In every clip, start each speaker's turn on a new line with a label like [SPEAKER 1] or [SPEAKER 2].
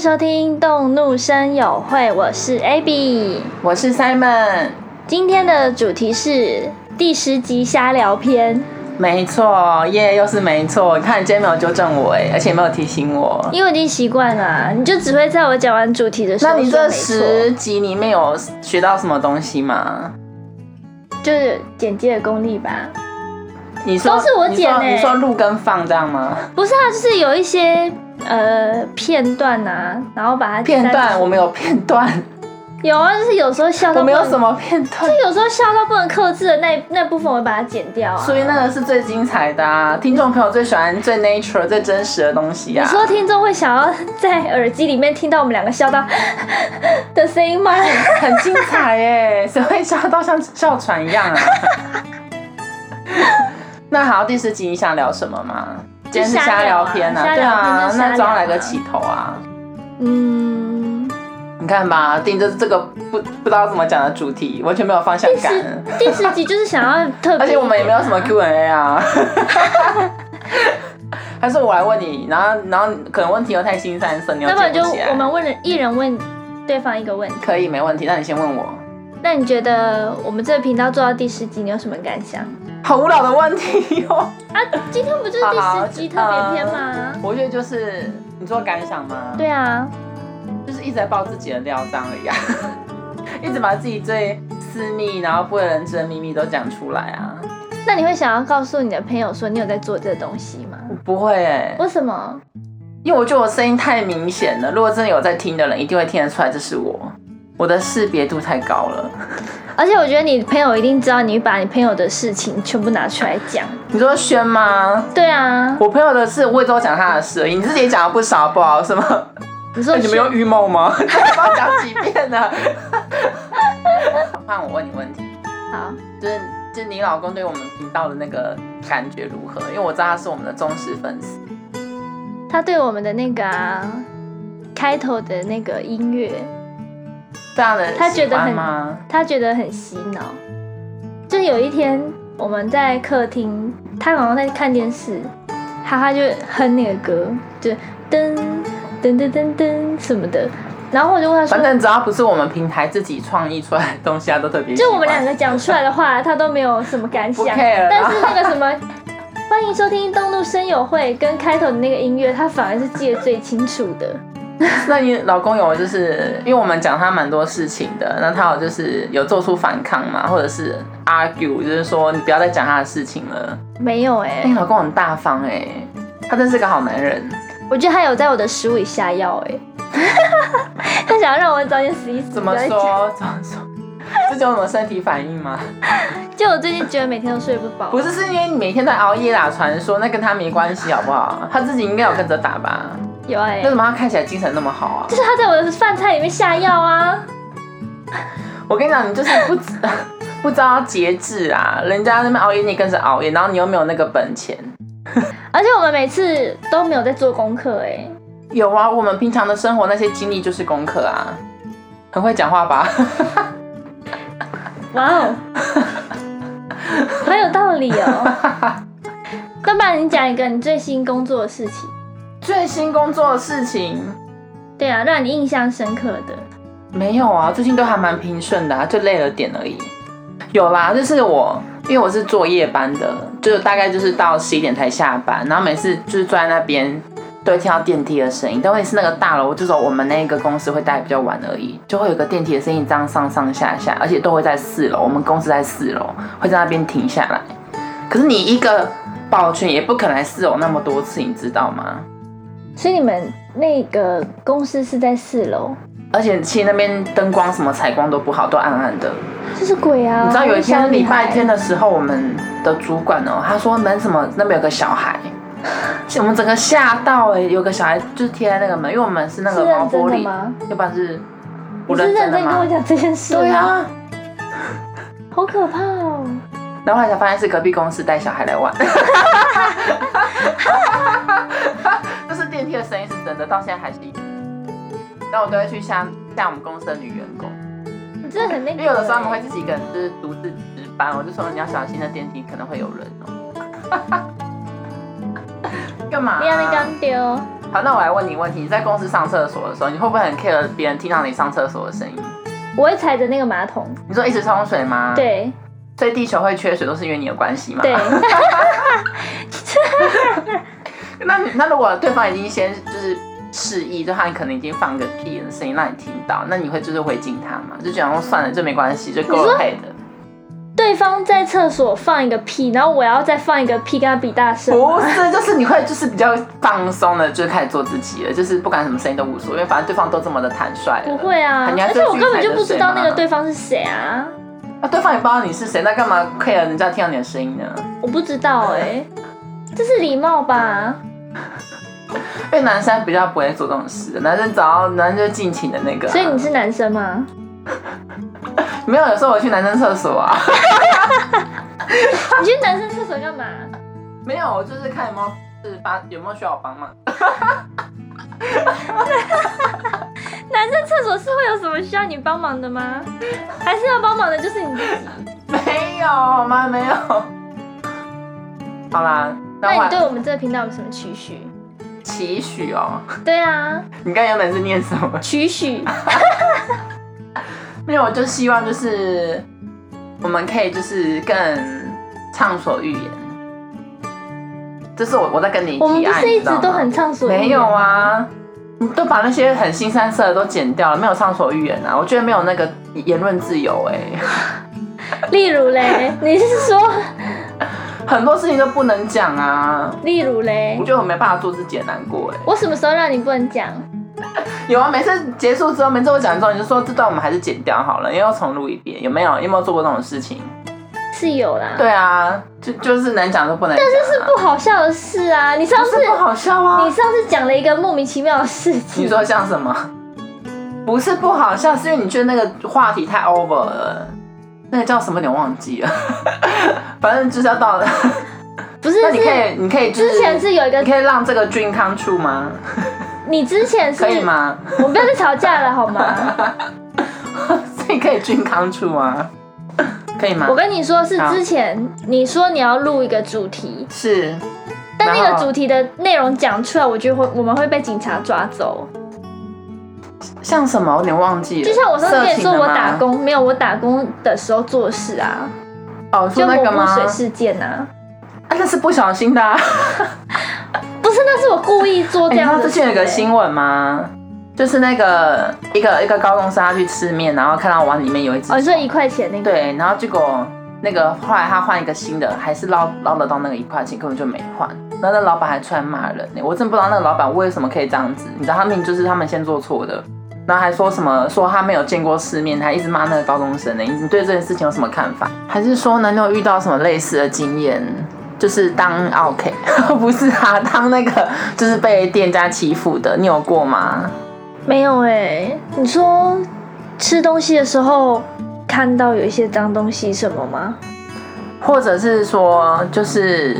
[SPEAKER 1] 收听《动怒声友会》，我是 Abby。
[SPEAKER 2] 我是 Simon，
[SPEAKER 1] 今天的主题是第十集瞎聊篇，
[SPEAKER 2] 没错，耶、又是没错。你看，你今天没有纠正我哎，而且没有提醒我。
[SPEAKER 1] 因为我已经习惯了啊，你就只会在我讲完主题的时候
[SPEAKER 2] 那
[SPEAKER 1] 说
[SPEAKER 2] 你
[SPEAKER 1] 没
[SPEAKER 2] 这
[SPEAKER 1] 错，
[SPEAKER 2] 十集里面有学到什么东西吗？
[SPEAKER 1] 就是剪接的功力吧？
[SPEAKER 2] 你说
[SPEAKER 1] 都是我剪
[SPEAKER 2] 你说
[SPEAKER 1] 欸
[SPEAKER 2] 你说录跟放这样吗？
[SPEAKER 1] 不是啊，就是有一些呃片段啊，然后把它
[SPEAKER 2] 片
[SPEAKER 1] 删
[SPEAKER 2] 段
[SPEAKER 1] 除
[SPEAKER 2] 我们有片段，
[SPEAKER 1] 有啊，就是有时候笑
[SPEAKER 2] 我
[SPEAKER 1] 到
[SPEAKER 2] 们
[SPEAKER 1] 不
[SPEAKER 2] 有
[SPEAKER 1] 能
[SPEAKER 2] 什么片 段？
[SPEAKER 1] 有时候笑到不能克制的那那部分，我会把它剪掉啊。
[SPEAKER 2] 所以那个是最精彩的啊！听众朋友最喜欢最 nature、最真实的东西啊！
[SPEAKER 1] 你说听众会想要在耳机里面听到我们两个笑到 的声音吗？
[SPEAKER 2] 很精彩耶，谁会笑到像哮喘 一样啊？那好，第十集你想聊什么吗？今天是瞎聊篇
[SPEAKER 1] 瞎
[SPEAKER 2] 对
[SPEAKER 1] 聊啊
[SPEAKER 2] 啊
[SPEAKER 1] 瞎聊天就，瞎聊啊
[SPEAKER 2] 那总要来个起头啊！
[SPEAKER 1] 嗯，
[SPEAKER 2] 你看吧，定就是这个不不知道怎么讲的主题，完全没有方向
[SPEAKER 1] 第
[SPEAKER 2] 感，
[SPEAKER 1] 十第十集就是想要特别，
[SPEAKER 2] 而且我们也没有什么 Q&A 啊。还是我来问你，然后然后可能问题又太新三色，你又
[SPEAKER 1] 那么
[SPEAKER 2] 记
[SPEAKER 1] 就
[SPEAKER 2] 不起来。
[SPEAKER 1] 我们问了一人问对方一个问题。
[SPEAKER 2] 可以没问题，那你先问我。
[SPEAKER 1] 那你觉得我们这个频道做到第十集，你有什么感想？
[SPEAKER 2] 好无聊的问题哦 哟、
[SPEAKER 1] 啊，今天不就是第十集特别篇吗？
[SPEAKER 2] 我觉得就是你做感想吗？，
[SPEAKER 1] 对啊，
[SPEAKER 2] 就是一直在爆自己的料这样而已啊， 一直把自己最私密然后不为人知的秘密都讲出来啊。
[SPEAKER 1] 那你会想要告诉你的朋友说你有在做这个东西吗？
[SPEAKER 2] 我不会哎、
[SPEAKER 1] 为什么？
[SPEAKER 2] 因为我觉得我声音太明显了，如果真的有在听的人，一定会听得出来这是我。我的识别度太高了。
[SPEAKER 1] 而且我觉得你朋友一定知道你把你朋友的事情全部拿出来讲。
[SPEAKER 2] 你说轩吗？
[SPEAKER 1] 对啊，
[SPEAKER 2] 我朋友的事，我也都讲他的事而已。你自己也讲了不少，好不好？什么？
[SPEAKER 1] 你说
[SPEAKER 2] 哎你们有预谋吗？ 不知道讲几遍了。 换我问你问题，
[SPEAKER 1] 好，
[SPEAKER 2] 就是就是你老公对我们频道的那个感觉如何？因为我知道他是我们的忠实粉丝。
[SPEAKER 1] 他对我们的那个、啊、开头的那个音乐，
[SPEAKER 2] 这样的
[SPEAKER 1] 他觉得
[SPEAKER 2] 喜欢
[SPEAKER 1] 很
[SPEAKER 2] 吗？
[SPEAKER 1] 他觉得很洗脑。就有一天我们在客厅，他好像在看电视，哈哈就哼那个歌，就噔噔噔噔噔什么的。然后我就问他
[SPEAKER 2] 反
[SPEAKER 1] 说，
[SPEAKER 2] 正只要不是我们平台自己创意出来的东西，他都特别喜欢。
[SPEAKER 1] 就我们两个讲出来的话，他都没有什么感想。
[SPEAKER 2] 不 care
[SPEAKER 1] 但是那个什么，欢迎收听《动怒声友会》跟开头的那个音乐，他反而是记得最清楚的。
[SPEAKER 2] 那你老公有就是因为我们讲他蛮多事情的，那他有就是有做出反抗嘛，或者是 argue，就是说你不要再讲他的事情了。
[SPEAKER 1] 没有哎、
[SPEAKER 2] 哎、你老公很大方哎、他真是个好男人。
[SPEAKER 1] 我觉得他有在我的食物以下药哎、欸， 他想要让我早点死一死。
[SPEAKER 2] 怎么
[SPEAKER 1] 不要再讲？
[SPEAKER 2] 说？怎么说？ 这种什么身体反应吗？
[SPEAKER 1] 就我最近觉得每天都睡不饱，
[SPEAKER 2] 不是，是因为你每天在熬夜打传说，那跟他没关系，好不好？他自己应该有跟着打吧？
[SPEAKER 1] 有哎、
[SPEAKER 2] 为什么他看起来精神那么好啊？
[SPEAKER 1] 就是他在我的饭菜里面下药啊，
[SPEAKER 2] 我跟你讲，你就是不知 不知道节制啊！人家那边熬夜，你也跟着熬夜，然后你又没有那个本钱。
[SPEAKER 1] 而且我们每次都没有在做功课哎、欸，
[SPEAKER 2] 有啊，我们平常的生活那些经历就是功课啊，很会讲话吧？
[SPEAKER 1] 哇哦，很有道理哦。那不然你讲一个你最新工作的事情，
[SPEAKER 2] 最新工作的事情
[SPEAKER 1] 对啊，让你印象深刻的。
[SPEAKER 2] 没有啊，最近都还蛮平顺的、啊，就累了点而已。有啦，就是我，因为我是做夜班的，就大概就是到十一点才下班，然后每次就是坐在那边都会听到电梯的声音，但问题是那个大楼，就是我们那个公司会待比较晚而已，就会有个电梯的声音这样上上下下，而且都会在四楼，我们公司在四楼，会在那边停下来。可是你一个保全也不可能来四楼那么多次，你知道吗？
[SPEAKER 1] 所以你们那个公司是在四楼，
[SPEAKER 2] 而且其实那边灯光什么采光都不好，都暗暗的。
[SPEAKER 1] 这是鬼啊！
[SPEAKER 2] 你知道有一天礼拜天
[SPEAKER 1] 的，
[SPEAKER 2] 的时候，我们的主管哦，他说门什么那边有个小孩， 我们整个吓到哎、有个小孩就是贴在那个门，因为我们是那
[SPEAKER 1] 是
[SPEAKER 2] 个毛
[SPEAKER 1] 认真
[SPEAKER 2] 玻
[SPEAKER 1] 的
[SPEAKER 2] 璃，
[SPEAKER 1] 吗？
[SPEAKER 2] 要不然是我
[SPEAKER 1] 你是认
[SPEAKER 2] 的
[SPEAKER 1] 真跟我
[SPEAKER 2] 吗？
[SPEAKER 1] 讲这件事吗？
[SPEAKER 2] 对啊，
[SPEAKER 1] 好可怕哦！
[SPEAKER 2] 然后后来才发现是隔壁公司带小孩来玩， 就是电梯的声音是真的，到现在还是有。然后我都会去吓吓我们公司的女员工，
[SPEAKER 1] 你真的很那
[SPEAKER 2] 因
[SPEAKER 1] 个。
[SPEAKER 2] 为有的时候他们会自己一个人就是独自值班，我就说你要小心，那电梯可 能会有人哦。干嘛、
[SPEAKER 1] 你要那刚丢，
[SPEAKER 2] 好，那我来问你问题：你在公司上厕所的时候，你会不会很 care 别人听到你上厕所的声音？
[SPEAKER 1] 我会踩着那个马桶，
[SPEAKER 2] 你说一直冲水吗？，
[SPEAKER 1] 对
[SPEAKER 2] 所以地球会缺水都是因为你有关系吗？
[SPEAKER 1] 对，
[SPEAKER 2] 那你那如果对方已经先就是示意，就他可能已经放个屁的声音让你听到，那你会就是回敬他吗？就想说算了，这没关系，就够了配的。
[SPEAKER 1] 对方在厕所放一个屁，然后我要再放一个屁跟他比大声吗，
[SPEAKER 2] 不是，就是你会就是比较放松的，就开始做自己了，就是不管什么声音都无所谓，反正对方都这么的坦率了。
[SPEAKER 1] 不会啊，
[SPEAKER 2] 你还
[SPEAKER 1] 而
[SPEAKER 2] 是
[SPEAKER 1] 且
[SPEAKER 2] 会
[SPEAKER 1] 我根本就不知道那个
[SPEAKER 2] 去踩着水
[SPEAKER 1] 对方是谁啊，
[SPEAKER 2] 吗，啊对方也不知道你是谁，那干嘛 care 人家听到你的声音呢？
[SPEAKER 1] 我不知道哎、这是礼貌吧？
[SPEAKER 2] 因为男生比较不会做这种事的，男生只要男生就尽情的那个啊、
[SPEAKER 1] 所以你是男生吗？
[SPEAKER 2] 没有，有时候我去男生厕所啊，
[SPEAKER 1] 你去男生厕所干嘛？
[SPEAKER 2] 没有，我就是看有没有是发有没有需要我帮忙。
[SPEAKER 1] 男生厕所是会有什么需要你帮忙的 吗？还是要帮忙的就是你自己？
[SPEAKER 2] 没有，好吗？没有。 好啦，那
[SPEAKER 1] 那
[SPEAKER 2] 我
[SPEAKER 1] 你对我们这个频道有什么期许？
[SPEAKER 2] 期许哦。
[SPEAKER 1] 对啊，
[SPEAKER 2] 你刚原本是念什么？
[SPEAKER 1] 期许。
[SPEAKER 2] 没有，我就希望就是我们可以就是更畅所欲言。这是我我在跟你提
[SPEAKER 1] 我
[SPEAKER 2] 案，
[SPEAKER 1] 们不是一
[SPEAKER 2] 你知道
[SPEAKER 1] 直
[SPEAKER 2] 吗
[SPEAKER 1] 都很畅所欲言
[SPEAKER 2] 没有？啊？你都把那些很新三色的都剪掉了，没有畅所欲言啊！我觉得没有那个言论自由哎、
[SPEAKER 1] 例如嘞，你是说
[SPEAKER 2] 很多事情都不能讲啊！
[SPEAKER 1] 例如嘞
[SPEAKER 2] 我？觉得我没办法做自己，很难过哎、
[SPEAKER 1] 我什么时候让你不能讲？
[SPEAKER 2] 有啊，每次结束之后，每次我讲之后，你就说这段我们还是剪掉好了，因为要重录一遍，有没有？有没有做过这种事情？
[SPEAKER 1] 是有啦，
[SPEAKER 2] 对啊，就就是能讲都不能讲、啊，但是是
[SPEAKER 1] 不好笑的事啊！你上次
[SPEAKER 2] 不好笑啊
[SPEAKER 1] 你！上次讲了一个莫名其妙的事
[SPEAKER 2] 你
[SPEAKER 1] 情，
[SPEAKER 2] 说像什么？不是不好笑，是因为你觉得那个话题太 over 了，那个叫什么？你忘记了， 反正就是要到了。
[SPEAKER 1] 不是
[SPEAKER 2] 那你可
[SPEAKER 1] 是
[SPEAKER 2] 以，你可以、就是，
[SPEAKER 1] 之前是有一个
[SPEAKER 2] 你，可以让这个菌康出吗？
[SPEAKER 1] 你之前是
[SPEAKER 2] 可以？吗？
[SPEAKER 1] 我们不要再吵架了好吗？
[SPEAKER 2] 所以可以菌康出吗？可以吗
[SPEAKER 1] 我？跟你说，是
[SPEAKER 2] 好
[SPEAKER 1] 之前你说你要录一个主题，
[SPEAKER 2] 是，
[SPEAKER 1] 但那
[SPEAKER 2] 然
[SPEAKER 1] 个
[SPEAKER 2] 后
[SPEAKER 1] 主题的内容讲出来，我觉得会我们会被警察抓走。
[SPEAKER 2] 像什么？我有点忘记了。
[SPEAKER 1] 就像我上次跟你说
[SPEAKER 2] 色情的
[SPEAKER 1] 我
[SPEAKER 2] 吗
[SPEAKER 1] 打工，没有我打工的时候做事啊，
[SPEAKER 2] 哦，说
[SPEAKER 1] 就
[SPEAKER 2] 那
[SPEAKER 1] 抹
[SPEAKER 2] 个
[SPEAKER 1] 布
[SPEAKER 2] 吗？
[SPEAKER 1] 水事件啊，
[SPEAKER 2] 啊，那是不小心的、啊。
[SPEAKER 1] 不是，那是我故意做
[SPEAKER 2] 哎
[SPEAKER 1] 这
[SPEAKER 2] 你知
[SPEAKER 1] 样
[SPEAKER 2] 道
[SPEAKER 1] 的、
[SPEAKER 2] 之前有个新闻吗？就是那个一个一个高中生他去吃面，然后看到碗里面有一只
[SPEAKER 1] 哦，你说一块钱那个，
[SPEAKER 2] 对，然后结果那个后来他换一个新的，还是捞捞得到那个一块钱，根本就没换。然后那老板还出来骂人、呢，我真不知道那个老板为什么可以这样子。你知道他们就是他们先做错的，然后还说什么说他没有见过世面，还一直骂那个高中生呢、你你对这件事情有什么看法？还是说呢，你有遇到什么类似的经验？就是当啊 OK，不 是啊，当那个就是被店家欺负的，你有过吗？
[SPEAKER 1] 没有哎、你说吃东西的时候看到有一些脏东西什么吗？
[SPEAKER 2] 或者是说，就是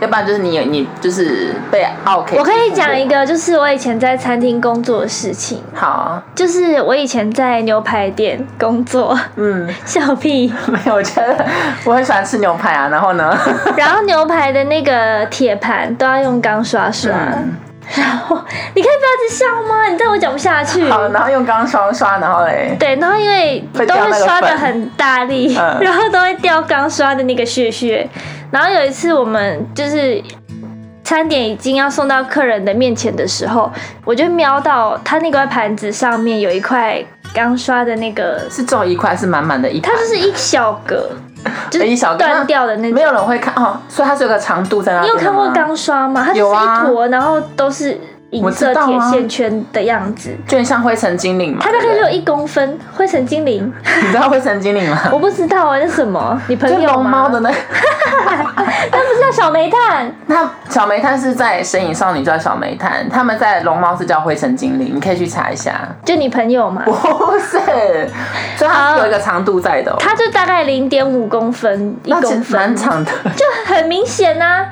[SPEAKER 2] 要不然就是你你就是被 OK，
[SPEAKER 1] 我可以讲一个，就是我以前在餐厅工作的事情，
[SPEAKER 2] 好，
[SPEAKER 1] 就是我以前在牛排店工作，
[SPEAKER 2] 嗯，
[SPEAKER 1] 笑 屁。
[SPEAKER 2] 没有，我觉得我很喜欢吃牛排啊，然后呢，
[SPEAKER 1] 然后牛排的那个铁盘都要用钢刷刷。
[SPEAKER 2] 嗯
[SPEAKER 1] 然后你可以不要一直笑吗？你知道我讲不下去。
[SPEAKER 2] 好，然后用钢刷刷，然后嘞，
[SPEAKER 1] 对，然后因为
[SPEAKER 2] 会
[SPEAKER 1] 都
[SPEAKER 2] 掉
[SPEAKER 1] 会
[SPEAKER 2] 那个
[SPEAKER 1] 刷的
[SPEAKER 2] 粉
[SPEAKER 1] 很大力，
[SPEAKER 2] 嗯
[SPEAKER 1] 然后都会掉刚刷的那个屑屑。然后有一次我们就是餐点已经要送到客人的面前的时候，我就瞄到他那块盘子上面有一块刚刷的那个，
[SPEAKER 2] 是只有一块，是满满的一
[SPEAKER 1] 它
[SPEAKER 2] 盘，
[SPEAKER 1] 就是一小 格，就
[SPEAKER 2] 哎一
[SPEAKER 1] 是
[SPEAKER 2] 小格
[SPEAKER 1] 断掉的那
[SPEAKER 2] 没
[SPEAKER 1] 种。
[SPEAKER 2] 有人会看哦，所以它是有个长度在那
[SPEAKER 1] 你
[SPEAKER 2] 边
[SPEAKER 1] 有
[SPEAKER 2] 的
[SPEAKER 1] 看
[SPEAKER 2] 吗
[SPEAKER 1] 过钢刷吗？它就是
[SPEAKER 2] 有啊
[SPEAKER 1] 一坨，然后都是银
[SPEAKER 2] 我
[SPEAKER 1] 色
[SPEAKER 2] 知道
[SPEAKER 1] 铁
[SPEAKER 2] 啊
[SPEAKER 1] 线圈的样子。
[SPEAKER 2] 就很像灰尘精灵嘛，
[SPEAKER 1] 它大概
[SPEAKER 2] 对
[SPEAKER 1] 只
[SPEAKER 2] 不
[SPEAKER 1] 有
[SPEAKER 2] 对
[SPEAKER 1] 一公分，灰尘精灵，
[SPEAKER 2] 你知道灰尘精灵 吗？
[SPEAKER 1] 我不知道啊，那是什么？你朋
[SPEAKER 2] 就
[SPEAKER 1] 友
[SPEAKER 2] 龙
[SPEAKER 1] 吗？
[SPEAKER 2] 猫的那
[SPEAKER 1] 那不是叫小煤炭？
[SPEAKER 2] 那小煤炭是在《神隐少女》叫小煤炭，他们在龙猫是叫灰尘精灵，你可以去查一下。
[SPEAKER 1] 就你朋友嘛？
[SPEAKER 2] 不是，所以它是有一个长度在的、哦，
[SPEAKER 1] 它就大概零点五公分，一
[SPEAKER 2] 那其
[SPEAKER 1] 公
[SPEAKER 2] 实蛮
[SPEAKER 1] 分，
[SPEAKER 2] 长的。
[SPEAKER 1] 就很明显呐、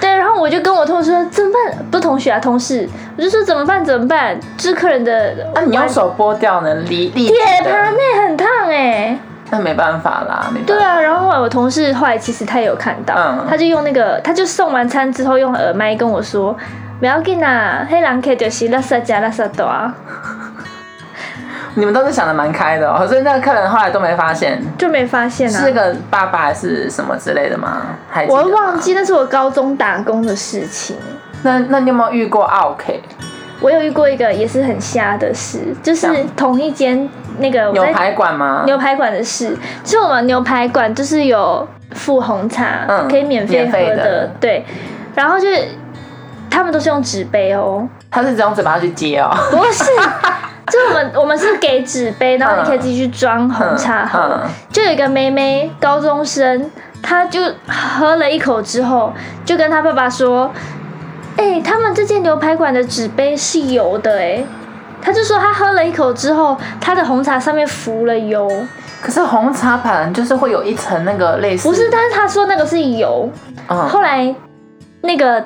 [SPEAKER 1] 对，然后我就跟我同事说怎么办？不是同学啊，同事，我就说怎么办？怎么办？这客人的
[SPEAKER 2] 那、你用手剥掉呢？离离
[SPEAKER 1] 铁盘内很烫哎、
[SPEAKER 2] 那没办法啦，没办法。
[SPEAKER 1] 对啊，然后后来我同事后来其实他也有看到，
[SPEAKER 2] 嗯
[SPEAKER 1] 他就用那个，他就送完餐之后用耳麦跟我说，不要紧啦，黑人客就是垃圾加垃圾啊大，
[SPEAKER 2] 你们都是想的蛮开的哦，所以那个客人后来都没发现，
[SPEAKER 1] 就没发现啊。
[SPEAKER 2] 是个爸爸还是什么之类的吗？还记得
[SPEAKER 1] 我
[SPEAKER 2] 吗
[SPEAKER 1] 忘。记那是我高中打工的事情。
[SPEAKER 2] 那那你有没有遇过 OK
[SPEAKER 1] 我有遇过一个也是很瞎的事，就是
[SPEAKER 2] 这样
[SPEAKER 1] 同一间那个我
[SPEAKER 2] 牛
[SPEAKER 1] 在
[SPEAKER 2] 排馆吗？
[SPEAKER 1] 牛排馆的事，就是我们牛排馆就是有附红茶，
[SPEAKER 2] 嗯
[SPEAKER 1] 可以免费
[SPEAKER 2] 免
[SPEAKER 1] 喝
[SPEAKER 2] 费
[SPEAKER 1] 的，
[SPEAKER 2] 的
[SPEAKER 1] 对。然后就是他们都是用纸杯哦，
[SPEAKER 2] 他是只用嘴巴去接哦。
[SPEAKER 1] 不是，就我们我们是给纸杯，然后你可以自己去装红茶喝。
[SPEAKER 2] 嗯嗯
[SPEAKER 1] 就有一个妹妹，高中生，她就喝了一口之后，就跟她爸爸说：“哎、他们这间牛排馆的纸杯是油的、哎。”她就说她喝了一口之后，她的红茶上面浮了油，
[SPEAKER 2] 可是红茶盘就是会有一层那个类似，
[SPEAKER 1] 不是，但是她说那个是油。
[SPEAKER 2] 嗯，
[SPEAKER 1] 后来那个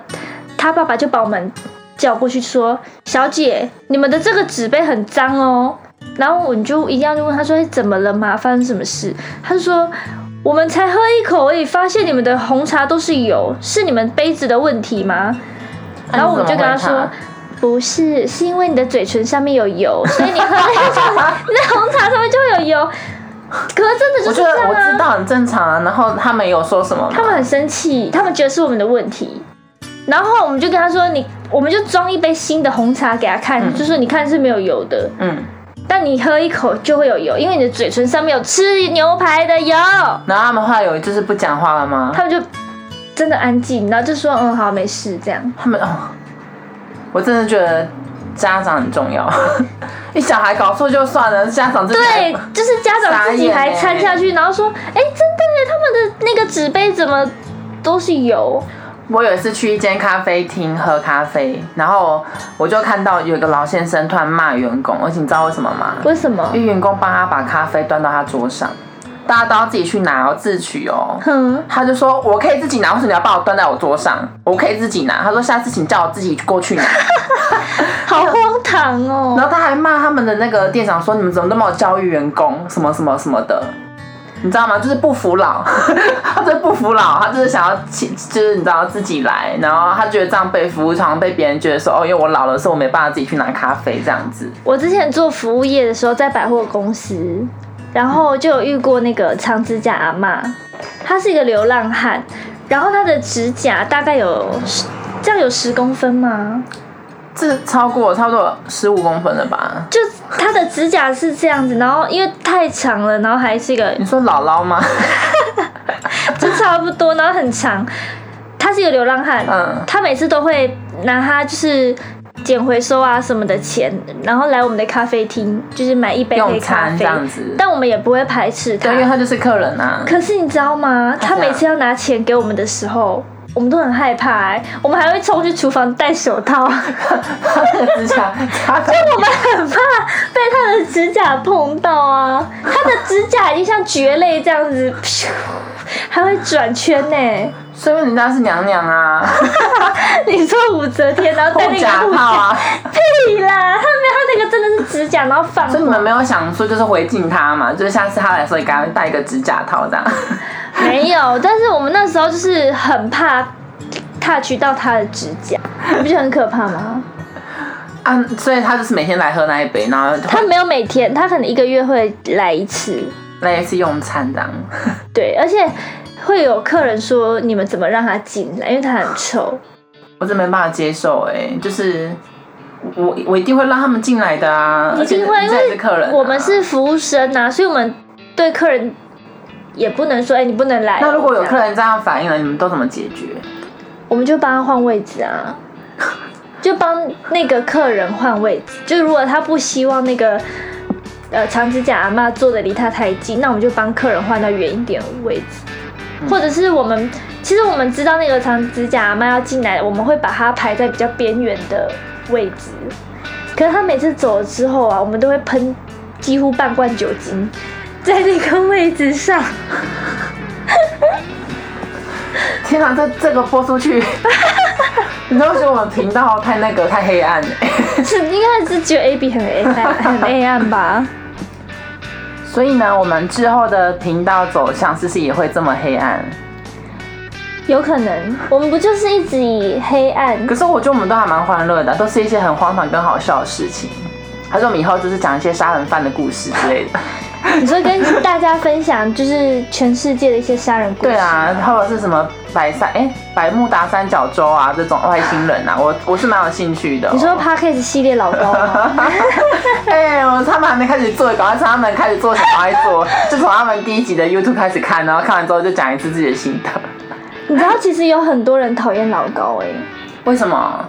[SPEAKER 1] 她爸爸就把我们叫过去说：“小姐，你们的这个纸杯很脏哦。”然后我们就一定要就问她说：“哎怎么了嘛？发生什么事？”她就说：“我们才喝一口而已，发现你们的红茶都是油，是你们杯子的问题吗？”
[SPEAKER 2] 那你
[SPEAKER 1] 然后我们就
[SPEAKER 2] 怎
[SPEAKER 1] 跟
[SPEAKER 2] 么
[SPEAKER 1] 她
[SPEAKER 2] 回
[SPEAKER 1] 说
[SPEAKER 2] 答。
[SPEAKER 1] 不是，是因为你的嘴唇上面有油，所以你喝 那个茶你的红茶上面就会有油。可是真的就
[SPEAKER 2] 我
[SPEAKER 1] 是
[SPEAKER 2] 觉
[SPEAKER 1] 这
[SPEAKER 2] 得
[SPEAKER 1] 样
[SPEAKER 2] 我知
[SPEAKER 1] 啊！
[SPEAKER 2] 道很正常啊，然后他们有说什么吗？
[SPEAKER 1] 他们很生气，他们觉得是我们的问题。然后我们就跟他说：“你，我们就装一杯新的红茶给他看，就说你看是没有油的，
[SPEAKER 2] 嗯，
[SPEAKER 1] 但你喝一口就会有油，因为你的嘴唇上面有吃牛排的油。”
[SPEAKER 2] 然后他们后来有就是不讲话了吗？
[SPEAKER 1] 他们就真的安静，然后就说：“嗯，好，没事。”这样
[SPEAKER 2] 他们哦，我真的觉得家长很重要。 你小孩搞错就算了，家长自己还
[SPEAKER 1] 对，就是家长自己还掺下去，然后说：“哎，真的耶，他们的那个纸杯怎么都是油？
[SPEAKER 2] 我有一次去一间咖啡厅喝咖啡，然后我就看到有一个老先生突然骂员工，而且你知道为什么吗？
[SPEAKER 1] 为什么
[SPEAKER 2] 因为员工帮他把咖啡端到他桌上，大家都要自己去拿哦，自取哦？”。
[SPEAKER 1] 哼，
[SPEAKER 2] 他就说：“我可以自己拿，为什么你要把我端在我桌上？我可以自己拿。”他说：“下次请叫我自己过去拿。”
[SPEAKER 1] 好荒唐哦！
[SPEAKER 2] 然后他还骂他们的那个店长说：“你们怎么那么有教育员工，什么什么什么的，你知道吗？就是不服老， 他就是不服老，他就是想要起，就是你知道自己来，然后他觉得这样被服务，常常被别人觉得说，哦，因为我老了，所以我没办法自己去拿咖啡这样子。
[SPEAKER 1] 我之前做服务业的时候，在百货公司，然后就有遇过那个长指甲阿嬷，她是一个流浪汉，然后她的指甲大概有十这样有十公分吗？
[SPEAKER 2] 这超过差不多十五公分了吧？
[SPEAKER 1] 就她的指甲是这样子，然后因为太长了，然后还是一个
[SPEAKER 2] 你说姥姥吗？
[SPEAKER 1] 就差不多，然后很长。她是一个流浪汉，
[SPEAKER 2] 嗯，
[SPEAKER 1] 她每次都会拿她就是捡回收啊什么的钱，然后来我们的咖啡厅，就是买一杯黑
[SPEAKER 2] 用
[SPEAKER 1] 咖
[SPEAKER 2] 餐这
[SPEAKER 1] 啡，
[SPEAKER 2] 样子。
[SPEAKER 1] 但我们也不会排斥她
[SPEAKER 2] 对，因为他就是客人啊。
[SPEAKER 1] 可是你知道吗？他每次要拿钱给我们的时候，我们都很害怕、欸，我们还会冲去厨房戴手套， 我
[SPEAKER 2] 他那个指 甲，他
[SPEAKER 1] 们很怕被他的指甲碰到啊！他的指甲已经像蕨类这样子， 咻还会转圈呢、
[SPEAKER 2] 说明人家是娘娘啊，
[SPEAKER 1] 你说武则天，然后戴
[SPEAKER 2] 护
[SPEAKER 1] 那
[SPEAKER 2] 甲
[SPEAKER 1] 个护
[SPEAKER 2] 炮啊。
[SPEAKER 1] 屁啦，他没有，他那个真的是指甲，然后放
[SPEAKER 2] 所以你们没有想说就是回敬他嘛？就是下次他来说，你给他戴一个指甲套这样。
[SPEAKER 1] 没有，但是我们那时候就是很怕 touch 到他的指甲，你不觉得很可怕吗？
[SPEAKER 2] 啊，所以他就是每天来喝那一杯，然后
[SPEAKER 1] 他没有每天，他可能一个月会来一次，
[SPEAKER 2] 来一次用餐这样。
[SPEAKER 1] 对，而且会有客人说你们怎么让他进来，因为他很臭。
[SPEAKER 2] 我真没办法接受哎、就是我我一定会让他们进来的啊，
[SPEAKER 1] 一定会
[SPEAKER 2] 而且人家也是客人啊、
[SPEAKER 1] 我们是服务生呐、所以我们对客人也不能说，哎、你不能来哦。
[SPEAKER 2] 那如果有
[SPEAKER 1] 这样
[SPEAKER 2] 客人这样反应了，你们都怎么解决？
[SPEAKER 1] 我们就帮他换位置啊， 就帮那个客人换位置。就如果他不希望那个呃长指甲阿嬷坐的离他太近，那我们就帮客人换到远一点的位置，或者是我们其实我们知道那个长指甲阿嬷要进来，我们会把它排在比较边缘的位置。可是他每次走了之后啊，我们都会喷几乎半罐酒精 在那个位置上。
[SPEAKER 2] 天哪、这这个播 出去，你都会觉得我们频道太那个太黑暗了、
[SPEAKER 1] 是 应该是只有 A B 很 黑暗，很黑暗吧？
[SPEAKER 2] 所以呢，我们之后的频道走向是不是也会这么黑暗？
[SPEAKER 1] 有可能，我们不就是一直以黑 暗
[SPEAKER 2] 可是我觉得我们都还蛮欢乐的啊、都是一些很荒唐跟好笑的事情。还是我们以后就是讲一些杀人犯的故事 之类的。
[SPEAKER 1] 你说跟大家分享，就是全世界的一些杀人故事。
[SPEAKER 2] 对，啊，或者是什么白三哎、百慕达三角洲啊这种外星人啊，我我是蛮有兴趣的哦、
[SPEAKER 1] 你说 podcast 系列老高 吗？
[SPEAKER 2] 哎、我他们还没开始做，赶快趁他们开始做，赶快做， 就从他们第一集的 YouTube 开始看，然后看完之后就讲一次自己的心得。
[SPEAKER 1] 你知道其实有很多人讨厌老高哎、
[SPEAKER 2] 为什么？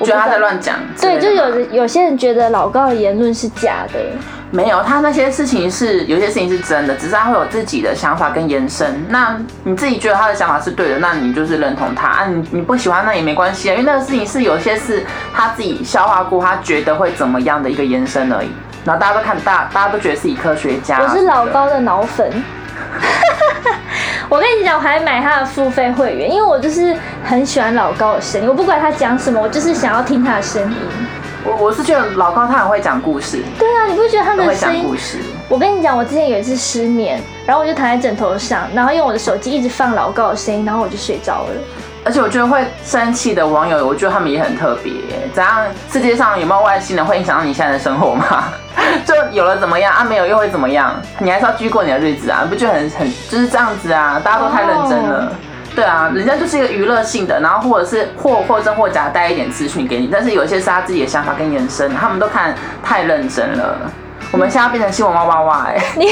[SPEAKER 1] 我不
[SPEAKER 2] 觉得他在
[SPEAKER 1] 懂
[SPEAKER 2] 乱讲之类
[SPEAKER 1] 对，
[SPEAKER 2] 的吗？
[SPEAKER 1] 就有有些人觉得老高的言论是假的，
[SPEAKER 2] 没有，他那些事情是有些事情是真的，只是他会有自己的想法跟延伸。那你自己觉得他的想法是对的，那你就是认同他啊。你你不喜欢那也没关系啊，因为那个事情是有些是他自己消化过，他觉得会怎么样的一个延伸而已。然后大家都看大，大家都觉得自己科学家
[SPEAKER 1] 我
[SPEAKER 2] 啊。
[SPEAKER 1] 是老
[SPEAKER 2] 什么的，
[SPEAKER 1] 高的脑粉。 我跟你讲，我还买他的付费会员，因为我就是很喜欢老高的声音，我不管他讲什么，我就是想要听他的声音。
[SPEAKER 2] 我我是觉得老高他很会讲故事，
[SPEAKER 1] 对啊，你不觉得他
[SPEAKER 2] 很
[SPEAKER 1] 的
[SPEAKER 2] 会
[SPEAKER 1] 声
[SPEAKER 2] 讲
[SPEAKER 1] 音
[SPEAKER 2] 故事。
[SPEAKER 1] 我跟你讲，我之前有一次失眠，然后我就躺在枕头上，然后用我的手机一直放老高的声音，然后我就睡着 了。
[SPEAKER 2] 而且我觉得会生气的网友，我觉得他们也很特别耶。怎样？世界上有没有外星人会影响到你现在的生活吗？就有了怎么样啊？没有又会怎么样？你还是要继续过你的日子啊！你不就很很就是这样子啊？大家都太认真了。对啊，人家就是一个娱乐性的，然后或者是或或真或假带一点资讯给你，但是有一些是他自己的想法跟延伸，他们都看太认真了。我们现在变成新闻哇哇哇哎、欸！
[SPEAKER 1] 你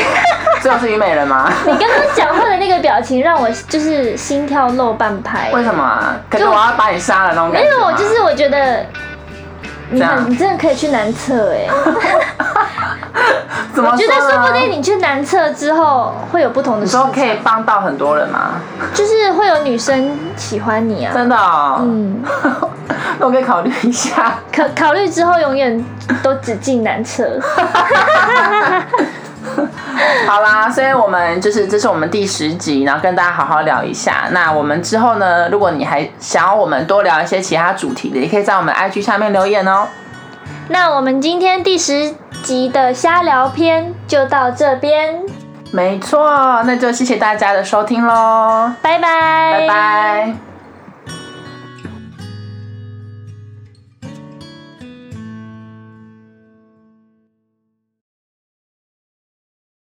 [SPEAKER 2] 所以我是虞美人吗？
[SPEAKER 1] 你刚刚讲话的那个表情让我就是心跳漏半拍。
[SPEAKER 2] 为什么、啊？可能
[SPEAKER 1] 就
[SPEAKER 2] 我要把你杀了那种感
[SPEAKER 1] 没
[SPEAKER 2] 觉吗。
[SPEAKER 1] 有，我就是我觉得你
[SPEAKER 2] 这样哦
[SPEAKER 1] 很你真的可以去男厕哎、
[SPEAKER 2] 怎么
[SPEAKER 1] 我觉得
[SPEAKER 2] 说
[SPEAKER 1] 说
[SPEAKER 2] 呢
[SPEAKER 1] 不定你去男厕之后会有不同的
[SPEAKER 2] 你
[SPEAKER 1] 事
[SPEAKER 2] 说可
[SPEAKER 1] 情，
[SPEAKER 2] 以帮到很多人吗？
[SPEAKER 1] 就是会有女生喜欢你啊。
[SPEAKER 2] 真的、哦，
[SPEAKER 1] 嗯，
[SPEAKER 2] 那我可以考虑一下。
[SPEAKER 1] 考考虑之后永远都只进男厕。
[SPEAKER 2] 好啦，所以我们就是这是我们第十集，然后跟大家好好聊一下。那我们之后呢，如果你还想要我们多聊一些其他主题的，也可以在我们 IG 下面留言哦。
[SPEAKER 1] 那我们今天第十集的瞎聊篇就到这边，
[SPEAKER 2] 没错，那就谢谢大家的收听喽，
[SPEAKER 1] 拜拜，
[SPEAKER 2] 拜拜。